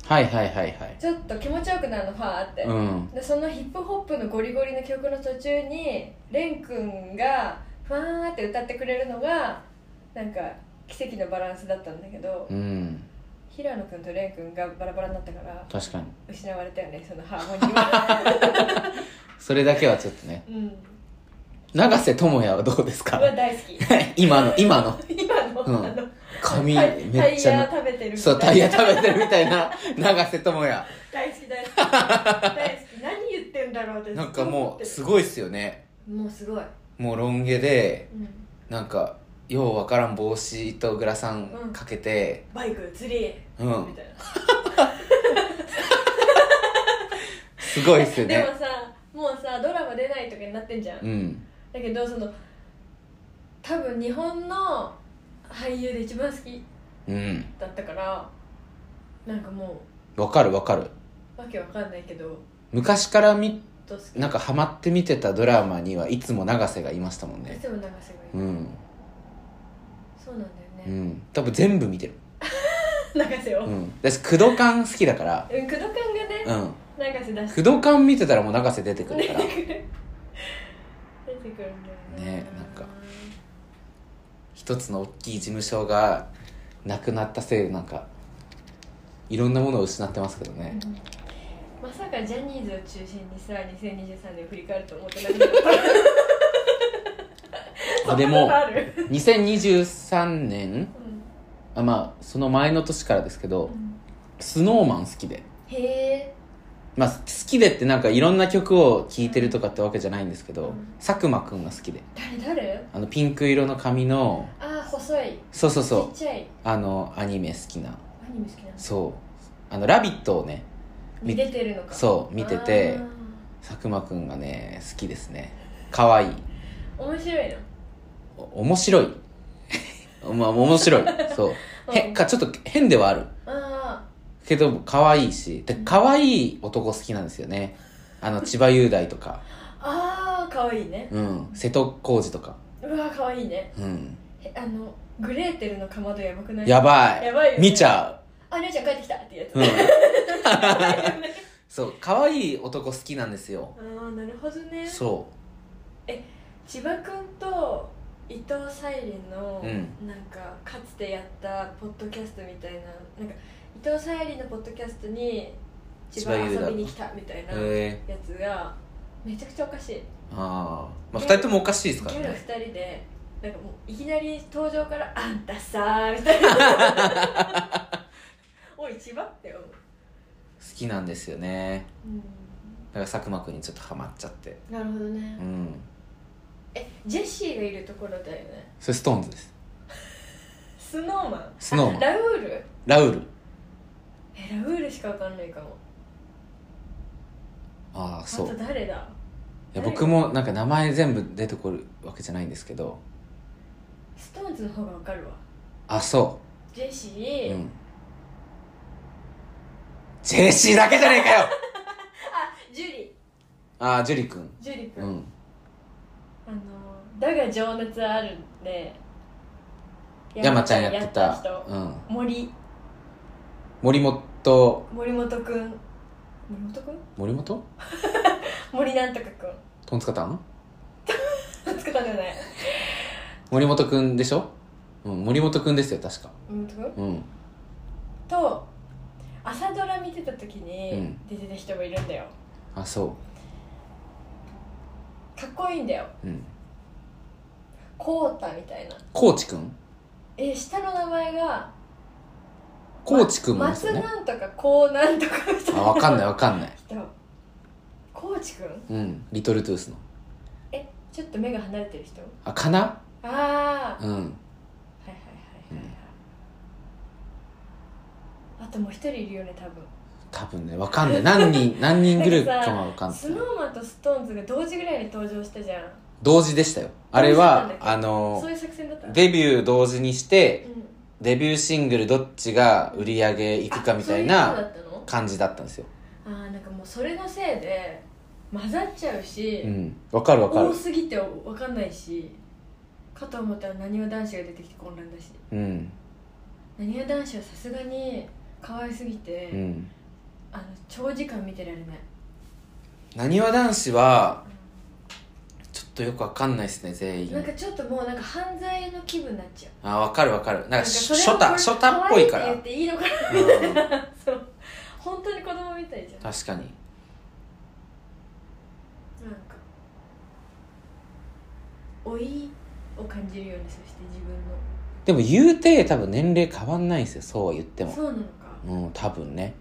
S2: はいはいはいはい
S1: ちょっと気持ちよくなるのファーって、
S2: うん
S1: でそのヒップホップのゴリゴリの曲の途中にレン君がファーって歌ってくれるのがなんか奇跡のバランスだったんだけど
S2: うん
S1: 平野君とレン君がバラバラになったから
S2: 確かに
S1: 失われたよねそのハーモニーは
S2: それだけはちょっとね
S1: うん
S2: 永瀬智也はどうです
S1: 僕
S2: か
S1: は大好き
S2: 今の今の
S1: 今の、
S2: うん
S1: あの
S2: 髪
S1: タイ
S2: めっちゃ
S1: タイヤ食べてるみたいな
S2: そうタイヤ食べてるみたいな永瀬智也
S1: 大好き 大好き大好き何言ってんだろうって
S2: なんかもう
S1: ず
S2: す
S1: っと
S2: ごいっすよね
S1: 思ってるもうすごい、
S2: もうロン毛で
S1: うん、
S2: なんかようわからん帽子とグラサンかけて、
S1: バイク釣り、
S2: うん
S1: みたいな
S2: すごいっすよ
S1: で
S2: ね
S1: もさもうさドラマ出ないとかになってんじゃん、
S2: うん
S1: だけどその多分日本の俳優で一番好き
S2: うん
S1: だったからなんかも
S2: わかるわかる
S1: うわけわかんないけど
S2: 昔からみ
S1: どう好き
S2: なんかハマって見てたドラマにはいつも永瀬がいましたもん
S1: い
S2: ね
S1: つも流せばいい、
S2: うん
S1: そうなんだよ
S2: う
S1: ね、
S2: ん多分全部見てる
S1: 流せを、
S2: う
S1: うん
S2: ん私工藤館好きだから
S1: 工藤君がね、
S2: うん
S1: 流せ出し
S2: 工藤館見てたらもう永瀬出てく
S1: て
S2: るから
S1: 出てくるくるんだよね
S2: ねなんか一つの大きい事務所がなくなったせいでなんかいろんなものを失ってますけど
S1: う
S2: ね
S1: んまさかジャニーズを中心にさ2023年振り返ると思ってなかった
S2: あで
S1: そんなこ
S2: も
S1: とある
S2: 2023年
S1: うん
S2: あまあその前の年からですけど
S1: うん
S2: スノーマン好きで
S1: へえ
S2: まあ好きでってなんかいろんな曲を聴いてるとかってわけじゃないんですけど佐久間くんが好きで
S1: 誰誰
S2: あのピンク色の髪の
S1: ああ細い
S2: そうそう
S1: ちっ
S2: そう
S1: ちゃい
S2: あのアニメ好きな
S1: アニメ好きなの
S2: そうあの「ラビット!」をねみ
S1: に出てるのか
S2: そう見てて
S1: あ
S2: 佐久間くんがね好きですね可愛い
S1: ー面白いの
S2: お面白い まあ面白いそうへかちょっと変ではある
S1: あ
S2: けど可愛いしで可愛い男好きなんですよねあの千葉雄大とか、
S1: ーあーかわいいね
S2: うん、瀬戸康史とか、
S1: うわーかわいいね
S2: うん、
S1: えあのグレーテルのかまどやばくない
S2: やばい
S1: やばいよね
S2: 見ちゃ
S1: あ姉ちゃん帰ってきたってやつ
S2: う、うん、
S1: やばいよね
S2: そう可愛い男好きなんですよ
S1: ああなるほどね
S2: そ
S1: 千葉君と伊藤沙莉の、
S2: う
S1: なんかかつてやったポッドキャストみたいななんか伊藤沙莉のポッドキャストに千葉
S2: 千葉雄
S1: 遊
S2: 大
S1: びに来たみたいうなや
S2: へえ
S1: つがめちゃくちゃおかしい
S2: ああまあ2人ともおかしいです
S1: ギ
S2: から
S1: ャル
S2: ね
S1: 2人でなんかもういきなり登場から「あんたさ」みたいな 「おい千葉」って思う、
S2: 好きなんですよね
S1: う
S2: だから佐久間くんにちょっとハマっちゃって
S1: ん、なるほどね、
S2: うん
S1: えジェシーがいるところだよね
S2: それストーンズです
S1: スノーマン
S2: スノーマン
S1: ラウール
S2: ラウール
S1: えラウールしかわかんないかも
S2: ああ
S1: あ
S2: そう
S1: と誰だ
S2: いや僕もなんか名前全部出てくるわけじゃないんですけど
S1: ストーンズの方がわかるわ
S2: あそ
S1: ジェシ
S2: うう
S1: ー、
S2: んジェシーだけじゃねえかよ
S1: あジュリ
S2: ああジュリ君
S1: ジュリ君、
S2: うん
S1: あのだが情熱あるんで
S2: 山ちゃんやってた
S1: やった人
S2: うん
S1: 森
S2: 森本
S1: 森本くん森本くん
S2: 森本
S1: 森なんとかくん
S2: トンツカタン
S1: 作ったんじゃない
S2: 森本君でしょうん森本君ですよ確か
S1: 森本くん
S2: うん
S1: と朝ドラ見てた時に
S2: う
S1: 出てた人もいるんだよ
S2: あそ
S1: かっこいいんだよ
S2: ううん
S1: こうたみたいな
S2: コーチ君
S1: え下の名前が
S2: コーチ君もです
S1: 松
S2: よね
S1: なんとかこうなんとかみたい
S2: あ
S1: な
S2: わかんない
S1: い
S2: わかんない
S1: コーチくん
S2: うんリトルトゥースの
S1: えちょっと目が離れてる人
S2: あかな
S1: ああはいは
S2: うん
S1: いはいはいはい、あともう一人いるよね多分
S2: 多分ねわかんない 何人何人グループかもわかんない
S1: スノーマンとストーンズが同時ぐらいに登場したじゃん
S2: 同時でしたよあれ
S1: 同時だったん
S2: は
S1: だっけ
S2: あの
S1: そういう作戦だったの
S2: デビュー同時にして
S1: うん
S2: デビューシングルどっちが売り上げいくかみたい
S1: あそうい
S2: な
S1: うことだっ
S2: 感じだったんですよ
S1: たのあーなんかもうそれのせいで混ざっちゃうし、
S2: うんわかるわか
S1: 多
S2: る
S1: すぎて分かんないしかと思ったらなにわ男子が出てきて混乱だし
S2: うん
S1: なにわ男子はさすがに可愛すぎて、
S2: うん
S1: あの長時間見てられない
S2: なにわ男子はちょっとよくわかんないですね全
S1: なんか
S2: 員
S1: ちょっともうなんか犯罪の気分になっちゃう
S2: あわかるわかるなんかし
S1: それ
S2: 初
S1: をこれ
S2: 太初太っぽいから
S1: 可愛って言っていいのかなみ
S2: うん
S1: たいなそう本当に子供みたいじゃん
S2: 確かに
S1: なんか老いを感じるよねそして自分の
S2: でも言うて多分年齢変わんないんですよそうは言っても
S1: そうなのか
S2: うん多分ね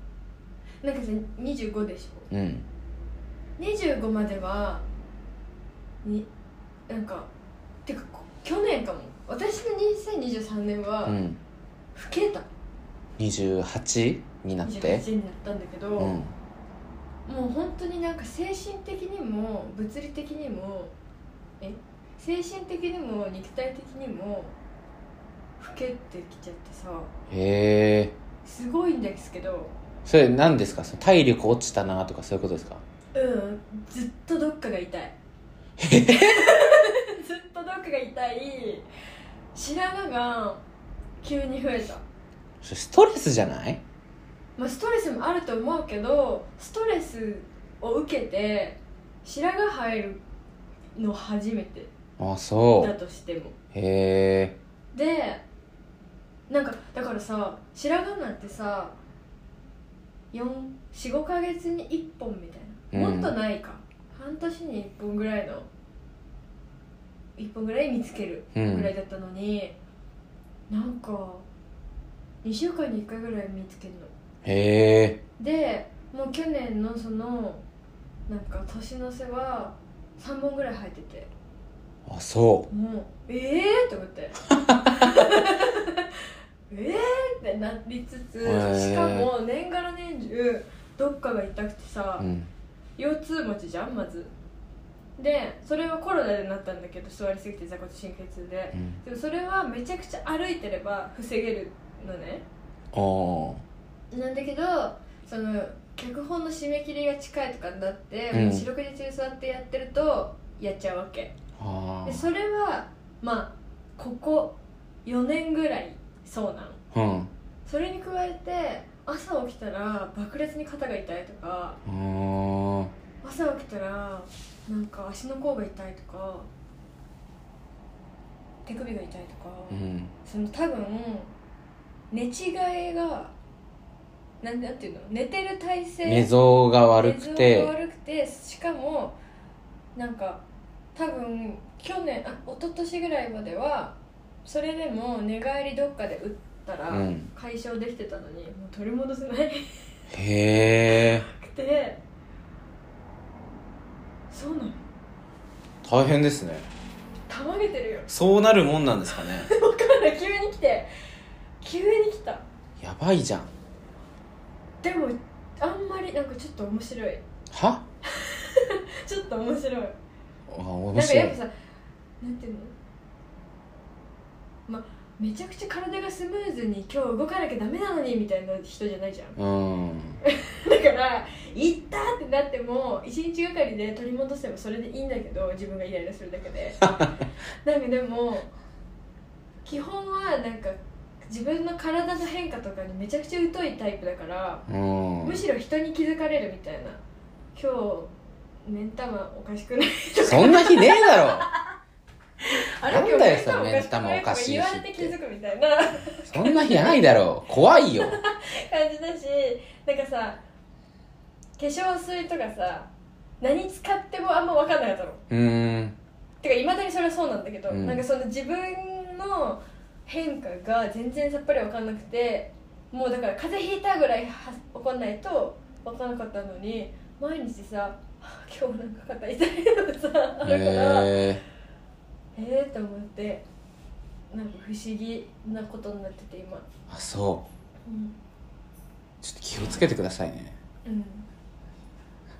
S1: なんかさ25でし
S2: うん
S1: ょ25まではになんかてかこ去年かも私の2023年は
S2: う
S1: 老
S2: ん
S1: けた、
S2: 28になって
S1: 28になったんだけど、
S2: うん
S1: もう本当になんか精神的にも物理的にもえ精神的にも肉体的にも老けてきちゃってさ
S2: へえ
S1: すごいんですけど
S2: それ何ですかその体力落ちたなとかそういうことですか
S1: うんずっとどっかが痛いずっとどっかが痛い白髪が急に増えた、
S2: それストレスじゃない
S1: まあ、ストレスもあると思うけどストレスを受けて白髪生えるの初めて
S2: あそ
S1: だ
S2: う
S1: としても
S2: へえ
S1: でなんかだからさ白髪なんてさ45か月に1本みたいな
S2: うん
S1: もっとないか、半年に1本ぐらいの1本ぐらい見つける
S2: う
S1: ぐらい
S2: ん
S1: だったのに、なんか2週間に1回ぐらい見つけるの
S2: へえ
S1: でもう去年のそのなんか年の瀬は3本ぐらい生えてて
S2: あそ
S1: もうええー、と思って ええーってなりつつ、
S2: へー
S1: しかも年がら年中どっかが痛くてさ
S2: う、うん
S1: 腰痛持ちじゃんまずでそれはコロナでなったんだけど座りすぎて座骨神経痛で
S2: うん
S1: でもそれはめちゃくちゃ歩いてれば防げるのね
S2: ああ
S1: なんだけどその脚本の締め切りが近いとかになって、
S2: うん
S1: 四六時中座ってやってるとやっちゃうわけ
S2: あ
S1: でそれはまあここ4年ぐらいそうなの
S2: あうん
S1: それに加えて朝起きたら爆裂に肩が痛いとか
S2: ああ
S1: 朝起きたらなんか足の甲が痛いとか手首が痛いとか、
S2: うん
S1: その多分寝違えがなんなんていうの寝てる体勢
S2: 寝相が悪く
S1: 寝
S2: て
S1: 相が悪くてしかもなんか多分去年あ一昨年ぐらいまではそれでも寝返りどっかで打ったら
S2: うん
S1: 解消できてたのに、もう取り戻せない
S2: へえ
S1: くてそうなの
S2: 大変ですね
S1: たまげてるよ
S2: そうなるもんなんですかね
S1: わかんない急に来て急に来た
S2: やばいじゃん
S1: でもあんまりなんかちょっと面白い
S2: は
S1: ちょっと面白い
S2: あ面
S1: なんか
S2: 白
S1: やっ
S2: い
S1: ぱさなんていうのまめちゃくちゃ体がスムーズに今日動かなきゃダメなのにみたいな人じゃないじゃん
S2: うん
S1: だから行ったってなっても一日がかりで取り戻せばそれでいいんだけど自分がイライラするだけ でなんかでも基本はなんか自分の体の変化とかにめちゃくちゃ疎いタイプだから
S2: うん
S1: むしろ人に気づかれるみたいな今日目ん玉おかしくないとか
S2: そんな日ねえだろ
S1: あ
S2: な
S1: れ
S2: んだ
S1: 今
S2: よ
S1: 日目ん
S2: その目ん
S1: 玉
S2: 玉
S1: お
S2: お
S1: か
S2: か
S1: し
S2: し
S1: く
S2: い
S1: ない
S2: 日
S1: とか言われて気づくみたいな
S2: そんな日ないだろう怖いよ
S1: 感じだしなんかさ化粧水とかさ何使ってもあんま分かんなかったの
S2: うーん
S1: てかいまだにそれはそうなんだけど、
S2: うん
S1: なんかその自分の変化が全然さっぱり分かんなくてもうだから風邪ひいたぐらいは怒んないと分かんなかったのに毎日さあ今日なんか肩痛いとかさあるからえ
S2: へ
S1: えー、と思ってなんか不思議なことになってて今
S2: ー、あそう
S1: うん、
S2: ちょっと気をつけてくださいね、
S1: うん、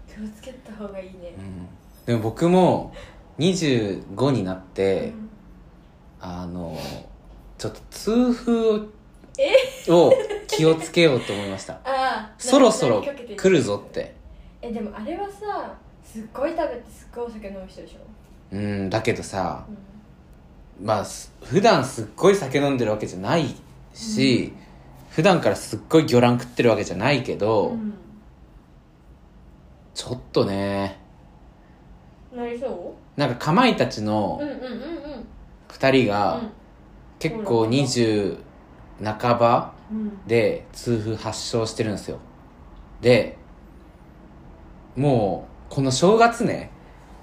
S1: 気をつけた方がいいね
S2: うん、でも僕も25になっ
S1: う
S2: て、
S1: ん
S2: あのちょっと痛風をを気をつけようと思い ました
S1: ああ
S2: そろそろ
S1: なんかなんか
S2: 来るぞって
S1: えでもあれはさすっごい食べてすっごいお酒飲む人でしょ、
S2: うんだけどさ
S1: うん
S2: まあす普段すっごい酒飲んでるわけじゃないし、普段からすっごい魚卵食ってるわけじゃないけど、
S1: うん
S2: ちょっとね
S1: なりそ
S2: なんかかまいたち
S1: うう
S2: の
S1: んうんうんうん
S2: 2人が結
S1: そ
S2: 構
S1: うなんだ
S2: 20半ば
S1: うん
S2: で痛風発症してるんですよでもうこの正月ね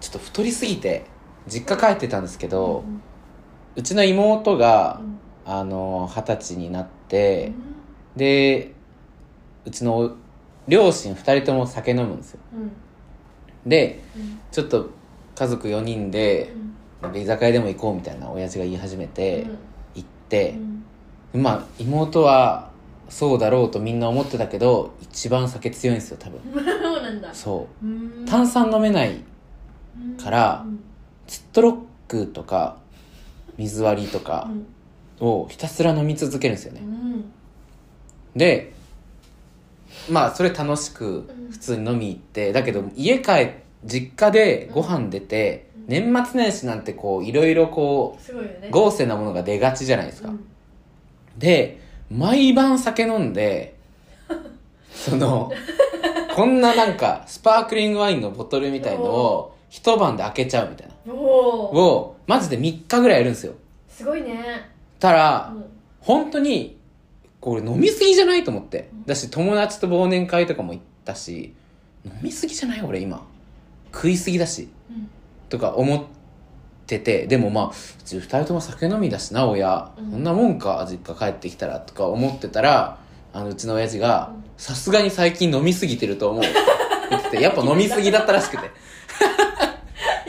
S2: ちょっと太りすぎて実家帰ってたんですけど、
S1: うん
S2: うちの妹が
S1: うん
S2: あの二十歳になって、でうちの両親2人とも酒飲むんですよ
S1: うんうん
S2: で
S1: うん
S2: ちょっと家族4人でなんか居酒屋でも行こうみたいな親父が言い始めて行っ
S1: う
S2: て、
S1: ん
S2: まあ妹はそうだろうとみんな思ってたけど一番酒強いんですよ多分
S1: うんそうなんだ
S2: そううん炭酸飲めないから
S1: うん
S2: ツットロックとか水割りと
S1: う
S2: か
S1: ん
S2: をひたすら飲み続けるんですよ
S1: う
S2: ね
S1: ん
S2: でまあそれ楽しく
S1: うん
S2: 普通に飲み行ってだけど家帰実家でご飯出て
S1: うん
S2: 年末年始なんてこういろいろこ
S1: すごいよね
S2: う豪勢なものが出がちじゃないですか、
S1: うん
S2: で毎晩酒飲んでそのこんななんかスパークリングワインのボトルみたいのを一晩で開けちゃうみたいな。
S1: おお
S2: を、マジで3日ぐらいやるんですよ。
S1: すごいね
S2: た
S1: う
S2: ら、
S1: ん
S2: 本当に、これ飲みすぎじゃないと思って。だし、友達と忘年会とかも行ったし、飲みすぎじゃない俺今。食いすぎだし。
S1: うん
S2: とか思っててでもまあうち2人とも酒飲みだしな親、
S1: うん
S2: こんなもんか実家帰ってきたらとか思ってたらあのうちの親父が
S1: うん
S2: 「さすがに最近飲みすぎてると思う」って言っててやっぱ飲みすぎだったらしくて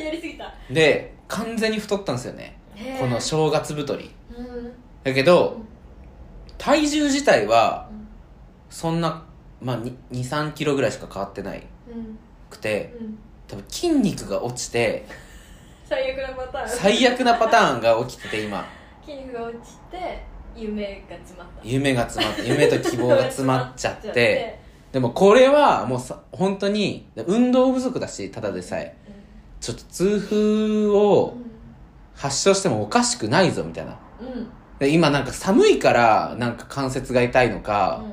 S1: やりすぎた
S2: で完全に太ったんですよね
S1: へー
S2: この正月太り
S1: うん
S2: だけど体重自体は
S1: うん
S2: そんな、まあ、2 3キロぐらいしか変わってない
S1: うん
S2: くて
S1: うん
S2: 多分筋肉が落ちて
S1: 最悪なパターン
S2: 最悪なパターンが起きてて今
S1: 筋肉が落ちて夢が詰まった
S2: 夢が詰まって夢と希望が詰まっちゃってでもこれはもうさ本当に運動不足だしただでさえちょっと痛風
S1: う
S2: を
S1: ん
S2: 発症してもおかしくないぞみたいな
S1: うん
S2: で今なんか寒いからなんか関節が痛いのか、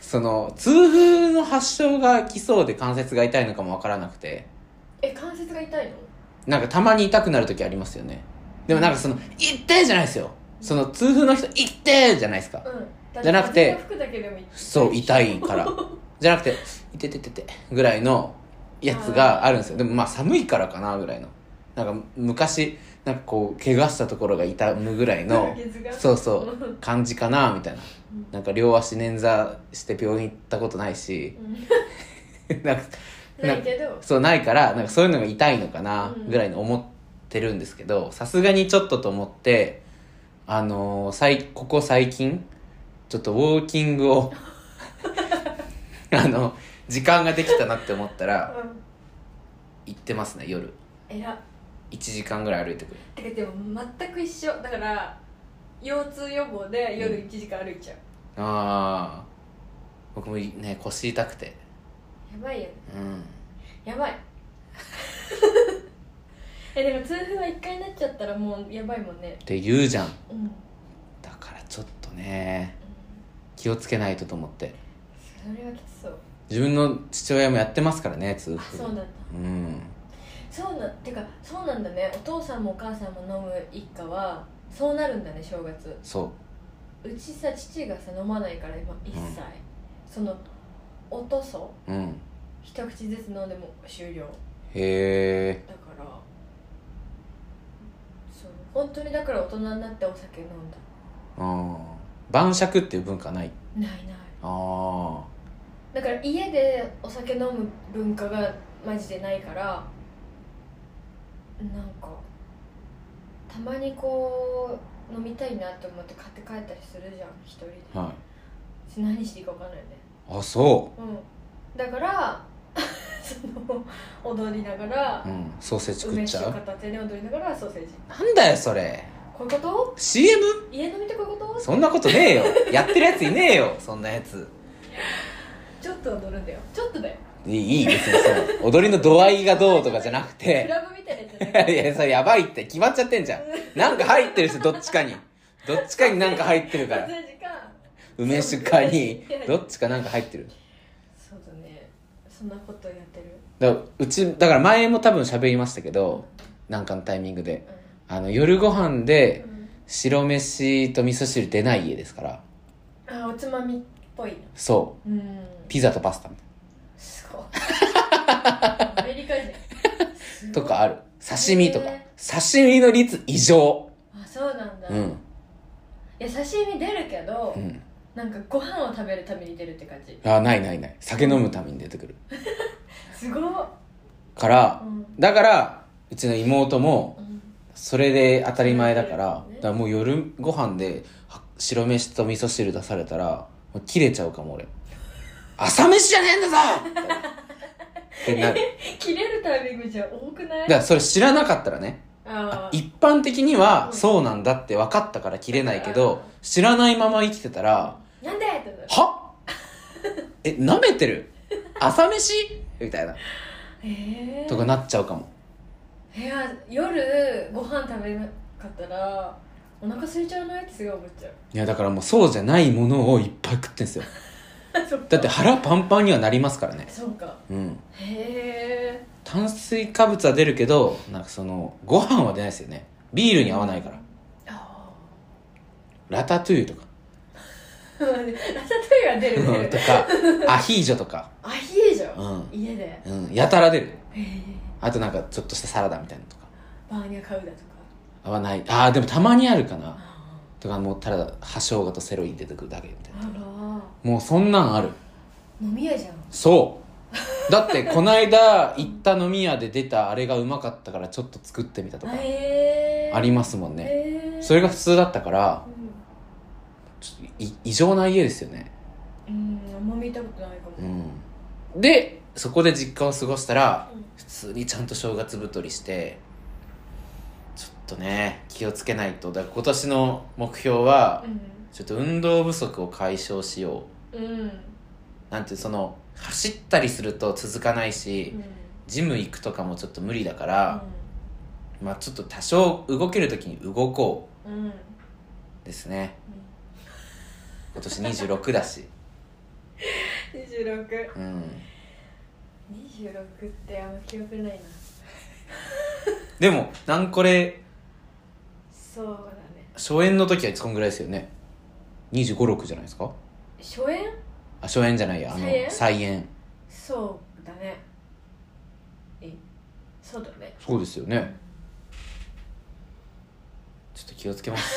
S2: その痛風の発症が来そうで関節が痛いのかもわからなくて
S1: え関節が痛いの
S2: なんかたまに痛くなる時ありますよねでもなんかその「痛い!」じゃないですよその痛風の人「痛い!」じゃないですか
S1: うんだって
S2: じゃなくて
S1: 風が吹くだけでも痛い
S2: そう、痛いから。じゃなくて、いててててぐらいのやつがあるんですよ。でもまあ寒いからかなぐらいの。なんか昔、なんかこう、怪我したところが痛むぐらいの
S1: 風、月が
S2: そうそう、感じかなみたいな。なんか両足捻挫して病院行ったことないし
S1: う、ん
S2: なんか、な
S1: ないけど
S2: そうないから、なんかそういうのが痛いのかな
S1: うん
S2: ぐらいに思ってるんですけど、さすがにちょっとと思って、あのー、最ここ最近、ちょっとウォーキングを、 あの、時間ができたなって思ったら、
S1: うん
S2: 行ってますね、夜。
S1: えら
S2: 1時間ぐらい歩いてくる。
S1: てかでも全く一緒だから腰痛予防で夜
S2: う
S1: 1時間歩いちゃう
S2: ああ僕もいね、腰痛くて。
S1: やばいよね
S2: うん。
S1: やばい えでも痛風は1回なっちゃったらもうやばいもんね
S2: って言うじゃん。
S1: うん、うん
S2: だからちょっとね、気をつけないとと思って。
S1: それはきつそう
S2: 自分の父親もやってますからね、痛
S1: あ
S2: 風。
S1: そうなんだ
S2: うん。
S1: そうなんてかそうなんだねお父さんもお母さんも飲む一家はそうなるんだね正月
S2: そう
S1: ちさ父がさ飲まないから今一切、そのおとそう
S2: うん
S1: 一口ずつ飲んでも終了
S2: へえ
S1: だからそう本当にだから大人になってお酒飲んだ
S2: うん晩酌っていう文化ない
S1: ないない
S2: あ
S1: だから家でお酒飲む文化がマジでないからなんかたまにこう飲みたいなと思って買って帰ったりするじゃん一人で
S2: あは
S1: 何していいか分かんないよね
S2: いあそ
S1: うんだから その踊りながら
S2: う、うん、ソーセージ食っ
S1: 梅
S2: ち
S1: 酒
S2: ゃう
S1: 片手に踊りながらソーセージ
S2: なんだよそれ
S1: こういうこと
S2: CM?
S1: 家飲みってこういうこと
S2: そんなことねえ よやってるやついねえよそんなやつ
S1: ちょっと踊るんだよちょっとだよ
S2: いいいい別にその踊りの度合いがどうとかじゃなく
S1: ク
S2: て
S1: ラブみたいなやつじゃない
S2: いやそれやばいって決まっちゃってんじゃんなんか入ってるしどっちかにどっちかになんか入ってるから
S1: 撮影時間
S2: 梅酒かにどっちかなんか入ってる
S1: そうだねそんなことやってる
S2: だからうちだから前も多分喋りましたけどなんかのタイミングであの夜ご飯で
S1: うん
S2: 白飯と味噌汁出ない家ですから
S1: あおつまみっぽいの
S2: そ
S1: うん
S2: うピザとパスタ
S1: す ごいアメリカ人
S2: とかあ
S1: る
S2: る刺身とか
S1: へ
S2: 刺身の率異常
S1: あそうなんだ、
S2: う
S1: い
S2: ん
S1: や刺身出るけど、
S2: うん
S1: なんかご飯を食べるために出るって感じ
S2: あないないない酒飲むために出てくる
S1: すごい、
S2: か
S1: う
S2: ら
S1: ん
S2: だからうちの妹も
S1: うん、
S2: それで当たり前だから
S1: そうだ
S2: だ
S1: よね
S2: からもう夜ご飯では白飯と味噌汁出されたらもう切れちゃうかも俺朝飯じゃねえんだぞってなる
S1: 切れるタイミングじゃ多くな
S2: だ
S1: い
S2: からそれ知らなかったらね
S1: あー
S2: 一般的に
S1: う
S2: は
S1: ん
S2: そうなんだって分かったから切れないけど知らないまま生きてたら
S1: なんでってな
S2: 「
S1: る
S2: は え舐めてる朝飯?」みたいな
S1: ええ
S2: とかなっちゃうかも
S1: いや夜ご飯食べなかったらお腹空いちゃわないってすごい思っちゃう
S2: いやだからもうそうじゃないものをいっぱい食ってんすよ
S1: そっか
S2: だって腹パンパンにはなりますからね
S1: そうか
S2: うん
S1: へえ
S2: 炭水化物は出るけどなんかそのご飯は出ないですよねビールに合わないから
S1: あ
S2: ラタトゥイユとか
S1: あラタトゥイユは出る
S2: うん
S1: ね
S2: とかアヒージョとか、
S1: アヒージョ、
S2: うん
S1: 家で
S2: うん、やたら出る
S1: へえ
S2: あとなんかちょっとしたサラダみたいなのとか
S1: バーニャカウダとか
S2: 合わないああでもたまにあるかな
S1: あ
S2: とかもうただ葉生姜とセロリ出てくるだけみたいな
S1: あ
S2: もうそんなんある
S1: ら飲み屋じゃん
S2: そう だってこないだ行った飲み屋で出たあれがうまかったからちょっと作ってみたとか
S1: へえ
S2: ありますもんね
S1: へえ
S2: それが普通だったから
S1: う
S2: ちょっとい異常な家ですよね
S1: ん、うん、あんま見たことないかも、
S2: うんでそこで実家を過ごしたら
S1: うん
S2: 普通にちゃんと正月太りしてちょっとね気をつけないとだから今年の目標はちょっと運動不足を解消しよう
S1: うんうん
S2: なんていうその走ったりすると続かないし、
S1: うん
S2: ジム行くとかもちょっと無理だから、まあちょっと多少動ける時に動こ
S1: うんうん
S2: うですね今年26 だし
S1: 2626
S2: うん
S1: ってあんま記憶ないな
S2: でもなんこれ
S1: そうだね
S2: 初演の時はこんぐらいですよね2 5 6じゃないですか
S1: 初演
S2: あ初演じゃないやあの
S1: 再演
S2: 再演
S1: そうだねえそうだね
S2: そうですよねちょっと気をつけます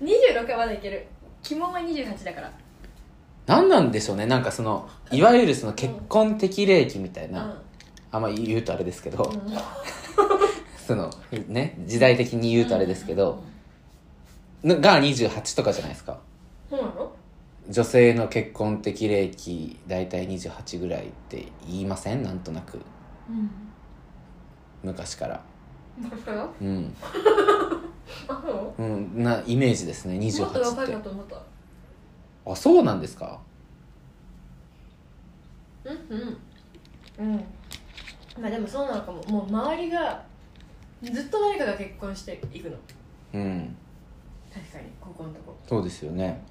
S1: 26はまだいける鬼門は28だから
S2: 何なんでしょうねなんかそのいわゆるその結婚適齢期みたいな、あんま言うとあれですけど、
S1: うんうん
S2: そのね時代的に言うとあれですけど、のが28とかじゃないですか
S1: そうなの
S2: 女性の結婚的齢期大体28ぐらいって言いませんなんとなく
S1: うん
S2: 昔から
S1: そう
S2: うん、
S1: あそ
S2: うん、なイメージですね
S1: うもっと
S2: 28
S1: 若
S2: っ
S1: い
S2: て
S1: かと思った
S2: あそうなんですか
S1: うんうんうんまあでもそうなのかももう周りがずっと誰かが結婚していくの
S2: うん
S1: 確かにここのとこ
S2: そうですよね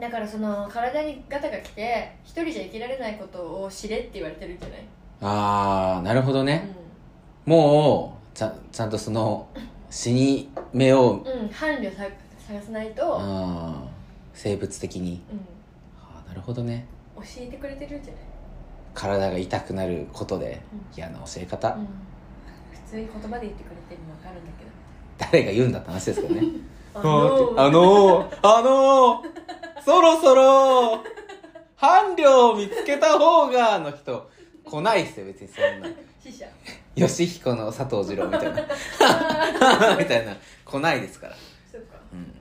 S1: だからその体にガタが来て一人じゃ生きられないことを知れって言われてるんじゃない
S2: ああなるほどね、
S1: う
S2: もうちゃんちゃんとその死に目を
S1: ん、うん、伴侶さ探さない
S2: あ
S1: と、
S2: ー生物的に
S1: うん、
S2: あーなるほどね
S1: 教えてくれてるんじゃない
S2: 体が痛くなることで
S1: うん
S2: 嫌な教え方、
S1: うん普通に言葉で言ってくれてるの分かるんだけど
S2: 誰が言うんだって話ですけどね
S1: あ
S2: あのー、あのー、そろそろ伴侶を見つけた方がの人来ないっすよ別にそんな
S1: 死者
S2: 義彦の佐藤二郎みたいな みたいな来ないですから
S1: そうか
S2: うん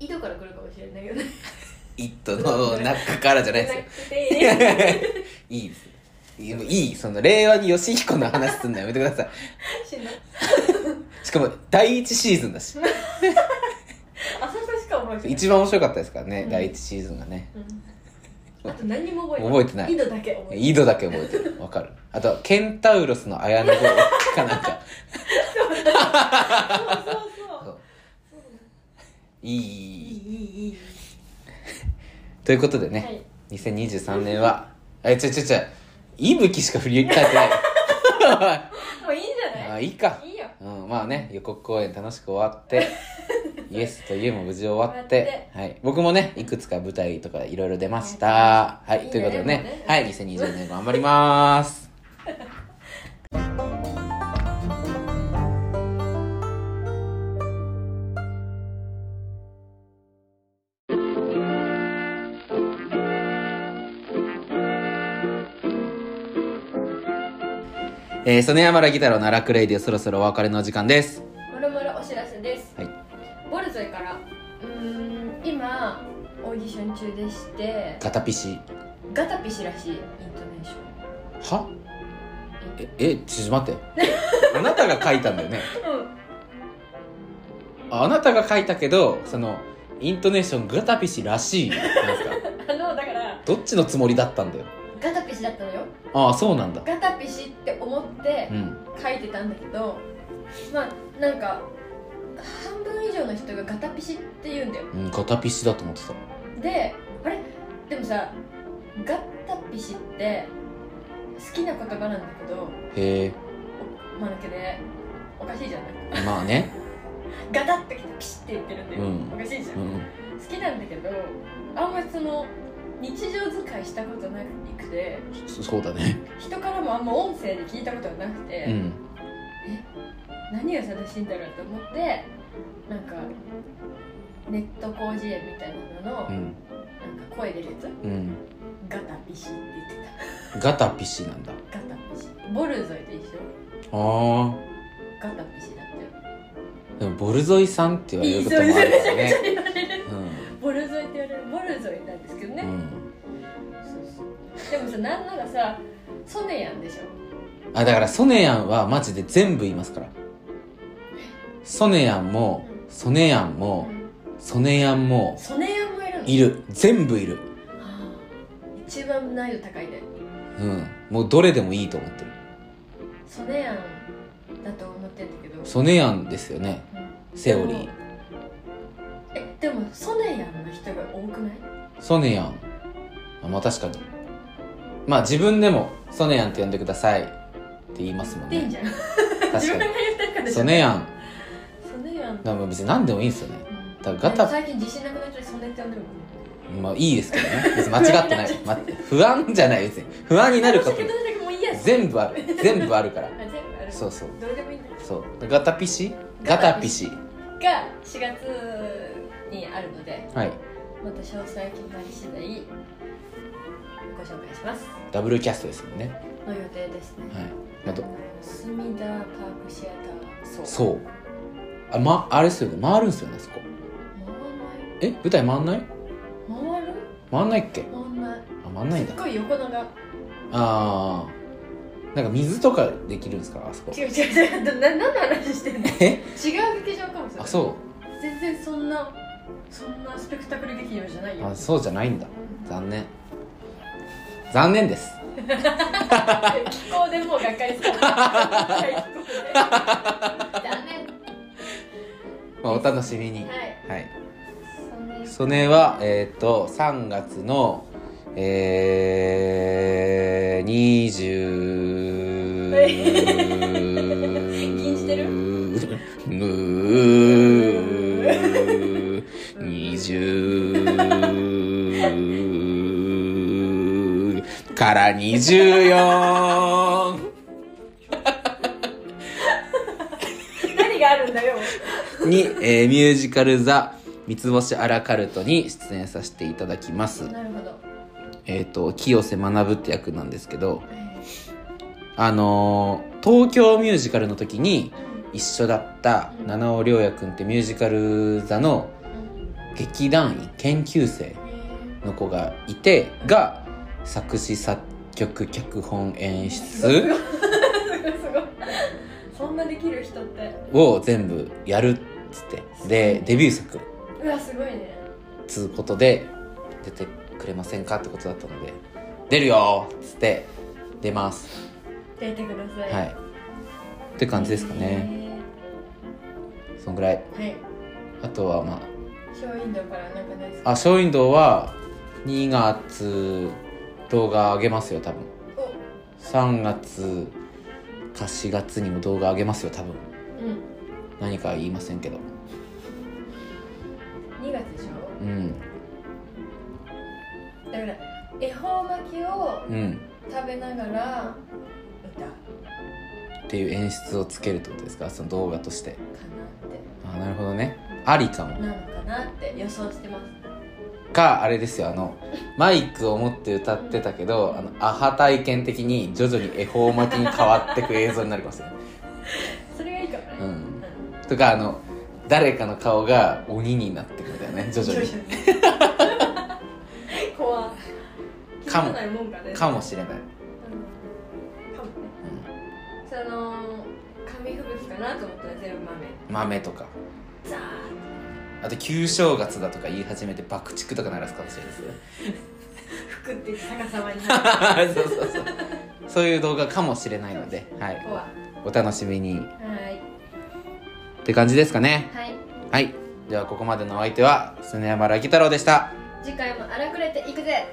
S1: 井戸から来るかもしれないけどね
S2: 「イット!」の中からじゃな いですよ
S1: くて
S2: いいですいやもういいその令和に義彦の話すんのやめてください
S1: 死ぬ
S2: しかも第一シーズンだし
S1: あそこしか覚えてない
S2: 一番面白かったですからね、
S1: うん
S2: 第一シーズンがね
S1: うんあと何にも覚えてない井
S2: 覚えてない
S1: 戸だけ覚えて
S2: 井戸だけ覚えてるわかるあとはケンタウロスの綾野剛かなんか
S1: ないそうそうそう
S2: い
S1: いい
S2: い
S1: いいいい
S2: ということでね、
S1: はい
S2: 2023年はえちょちょちょ息吹しか振り返ってない
S1: もういいんじゃ
S2: ま
S1: な
S2: あ
S1: い
S2: いいか
S1: いいよ
S2: うん、まあね予告公演楽しく終わって イエスとイエも無事終わって
S1: 終わっ
S2: はい、僕もねいくつか舞台とかいろいろ出ました
S1: は
S2: はい、
S1: いいね
S2: ということでね
S1: もうね
S2: はい2020年頑張りますえー、曽根山らギタロのラクレイディオそろそろお別れのお時間です。
S1: もろもろお知らせです、
S2: はい
S1: ボルゾイからうーん今オーディション中でして
S2: ガタピシ。
S1: ガタピシらしいイントネーション
S2: はえ、え、ちょっと 待って。あなたが書いたんだよね。
S1: うん
S2: ああなたが書いたけど、その、イントネーションガタピシらしいなんです
S1: あ
S2: か。
S1: のだから
S2: どっちのつもりだったんだよ。
S1: ガタピシだったのよ
S2: ああ、そうなんだ。
S1: ガタピシって思って
S2: うん。
S1: 書いてたんだけどまあなんか半分以上の人がガタピシって言うんだよ
S2: うんガタピシだと思ってた
S1: であれでもさガタピシって好きな言葉なんだけど
S2: へえ
S1: お間抜けでおかしいじゃない
S2: まあね
S1: ガタってきてピシって言ってるんだよ、
S2: うん
S1: おかしいじゃん、好
S2: うん
S1: きなんだけどあんまりその日常使いしたことなくて
S2: そそうだね
S1: 人からもあんま音声で聞いたことがなくて、
S2: うん
S1: 何が正しいんだろうと思ってなんかネット広辞苑みたいなのの、
S2: う
S1: なん
S2: ん
S1: か声出るやつ
S2: うん
S1: ガタピシって言って
S2: ガタピシなんだ
S1: たガタピシボルゾイと一緒
S2: あー
S1: ガタピシだっ
S2: でもボルゾイさんって言わ
S1: て
S2: れ
S1: いいそう
S2: ることもあ
S1: めちゃくち
S2: るから
S1: ゃ
S2: ね
S1: 言われる
S2: うん
S1: ボルゾイって言われるボルゾイなんですけど
S2: う
S1: ね、
S2: ん
S1: そうそうでもさなんならさソネヤンでしょ
S2: あだからソネヤンはマジで全部言いますからソネヤンもソネヤンもソネヤンも
S1: ソネヤンもいるの
S2: いる全部いる
S1: あー一番難易度高いね
S2: うんもうどれでもいいと思ってる
S1: ソネヤンだと思ってんだけど
S2: ソネヤンですよね
S1: うん
S2: セオリー
S1: えでもソネヤンの人が多くない
S2: ソネヤンあまあ確かにまあ自分でもソネヤンって呼んでくださいって言いますもん
S1: でいいん
S2: ね
S1: じゃん自分
S2: 確か
S1: が
S2: に
S1: 言ったからでしょ
S2: ソネヤン
S1: ソネヤン
S2: だから別に何でもいいんですよね
S1: うん
S2: だからガタ
S1: 最近自信なくなっちゃってソネって呼んでるもんね
S2: まあいいですけどね別に間違っ てないま不安じゃない別に不安になること
S1: 申し訳ないんだけどもういいや
S2: 全部ある全部あるから
S1: あ全部ある
S2: そうそう
S1: どれでもいいんだよ
S2: そうガタピシガタピシ
S1: が4月にあるので
S2: はい
S1: また詳細決まり次第ご紹介します
S2: ダブルキャストですもんね
S1: の予定ですね、
S2: はいまあど
S1: 隅田パークシアターう
S2: そうあまあれっすよね回るんすよねそこえ舞台回んない
S1: 回んない回る
S2: 回んないっけ
S1: 回んない
S2: あ回んないん
S1: す
S2: だ
S1: っごい横長
S2: ああなんか水とかできるんですかあそこ
S1: 違う違う違うな何の話してんの違
S2: え
S1: う劇場かもしれな
S2: あ
S1: い
S2: そ
S1: 全然そんなそんなスペクタクル劇場じゃないうよ
S2: あそうじゃないんだ残念残念です
S1: 気候でもうがっかりするはい気候で残
S2: まあお楽しみに
S1: 念はい
S2: はい
S1: そんな
S2: それはえっ、と3月のえー、20
S1: え禁じてる
S2: ぬー20から24
S1: 何があるんだよ
S2: に、えーミュージカル「ザ三つ星アラカルト」に出演させていただきます
S1: なるほど、
S2: えっ、と清瀬学って役なんですけどあのー東京ミュージカルの時に一緒だった
S1: うん
S2: 七尾亮也くんってミュージカル座の劇団員研究生の子がいてが作詞作曲脚本演出
S1: すごいすごいそんなできる人って
S2: を全部やるっつってでデビュー作っ
S1: うわすごいね
S2: つうことで出てくれませんかってことだったので出るよっつって出ます
S1: 出てください
S2: はいって感じですかねそんぐらい
S1: へーはい
S2: あとはまあ
S1: ショーウィンドウからなんかないですか
S2: あショーウィンドウは2月動画上げますよ多分
S1: お
S2: 3月か4月にも動画上げますよ多分
S1: うん
S2: 何かは言いませんけど
S1: 2月でしょ
S2: うん
S1: だから恵方巻きを
S2: うん
S1: 食べながら歌か
S2: っていう演出をつけるってことですかその動画として
S1: な
S2: あなるほどねありかも
S1: ってなのかなって予想してます
S2: かあれですよあのマイクを持って歌ってたけどあのアハ体験的に徐々に恵方巻きに変わってく映像になりますよね
S1: それがいいかもね
S2: うん
S1: うん
S2: とかあの誰かの顔が鬼になってくみたいなね徐々に
S1: 徐々に 怖い
S2: かも
S1: 気づないもんかね
S2: かもしれない
S1: うんかもねその紙吹雪かなと思ったら全部豆
S2: 豆とか
S1: ザー
S2: あと旧正月だとか言い始めて爆竹とか鳴らすかもしれないですよね
S1: 服って逆さまに なる
S2: そうそうそうそういう動画かもしれないので、はい、
S1: 怖い
S2: お楽しみに
S1: はい
S2: って感じですかね
S1: はい
S2: はい。ではここまでのお相手は、曽根山良太郎でした。
S1: 次回も荒くれていくぜ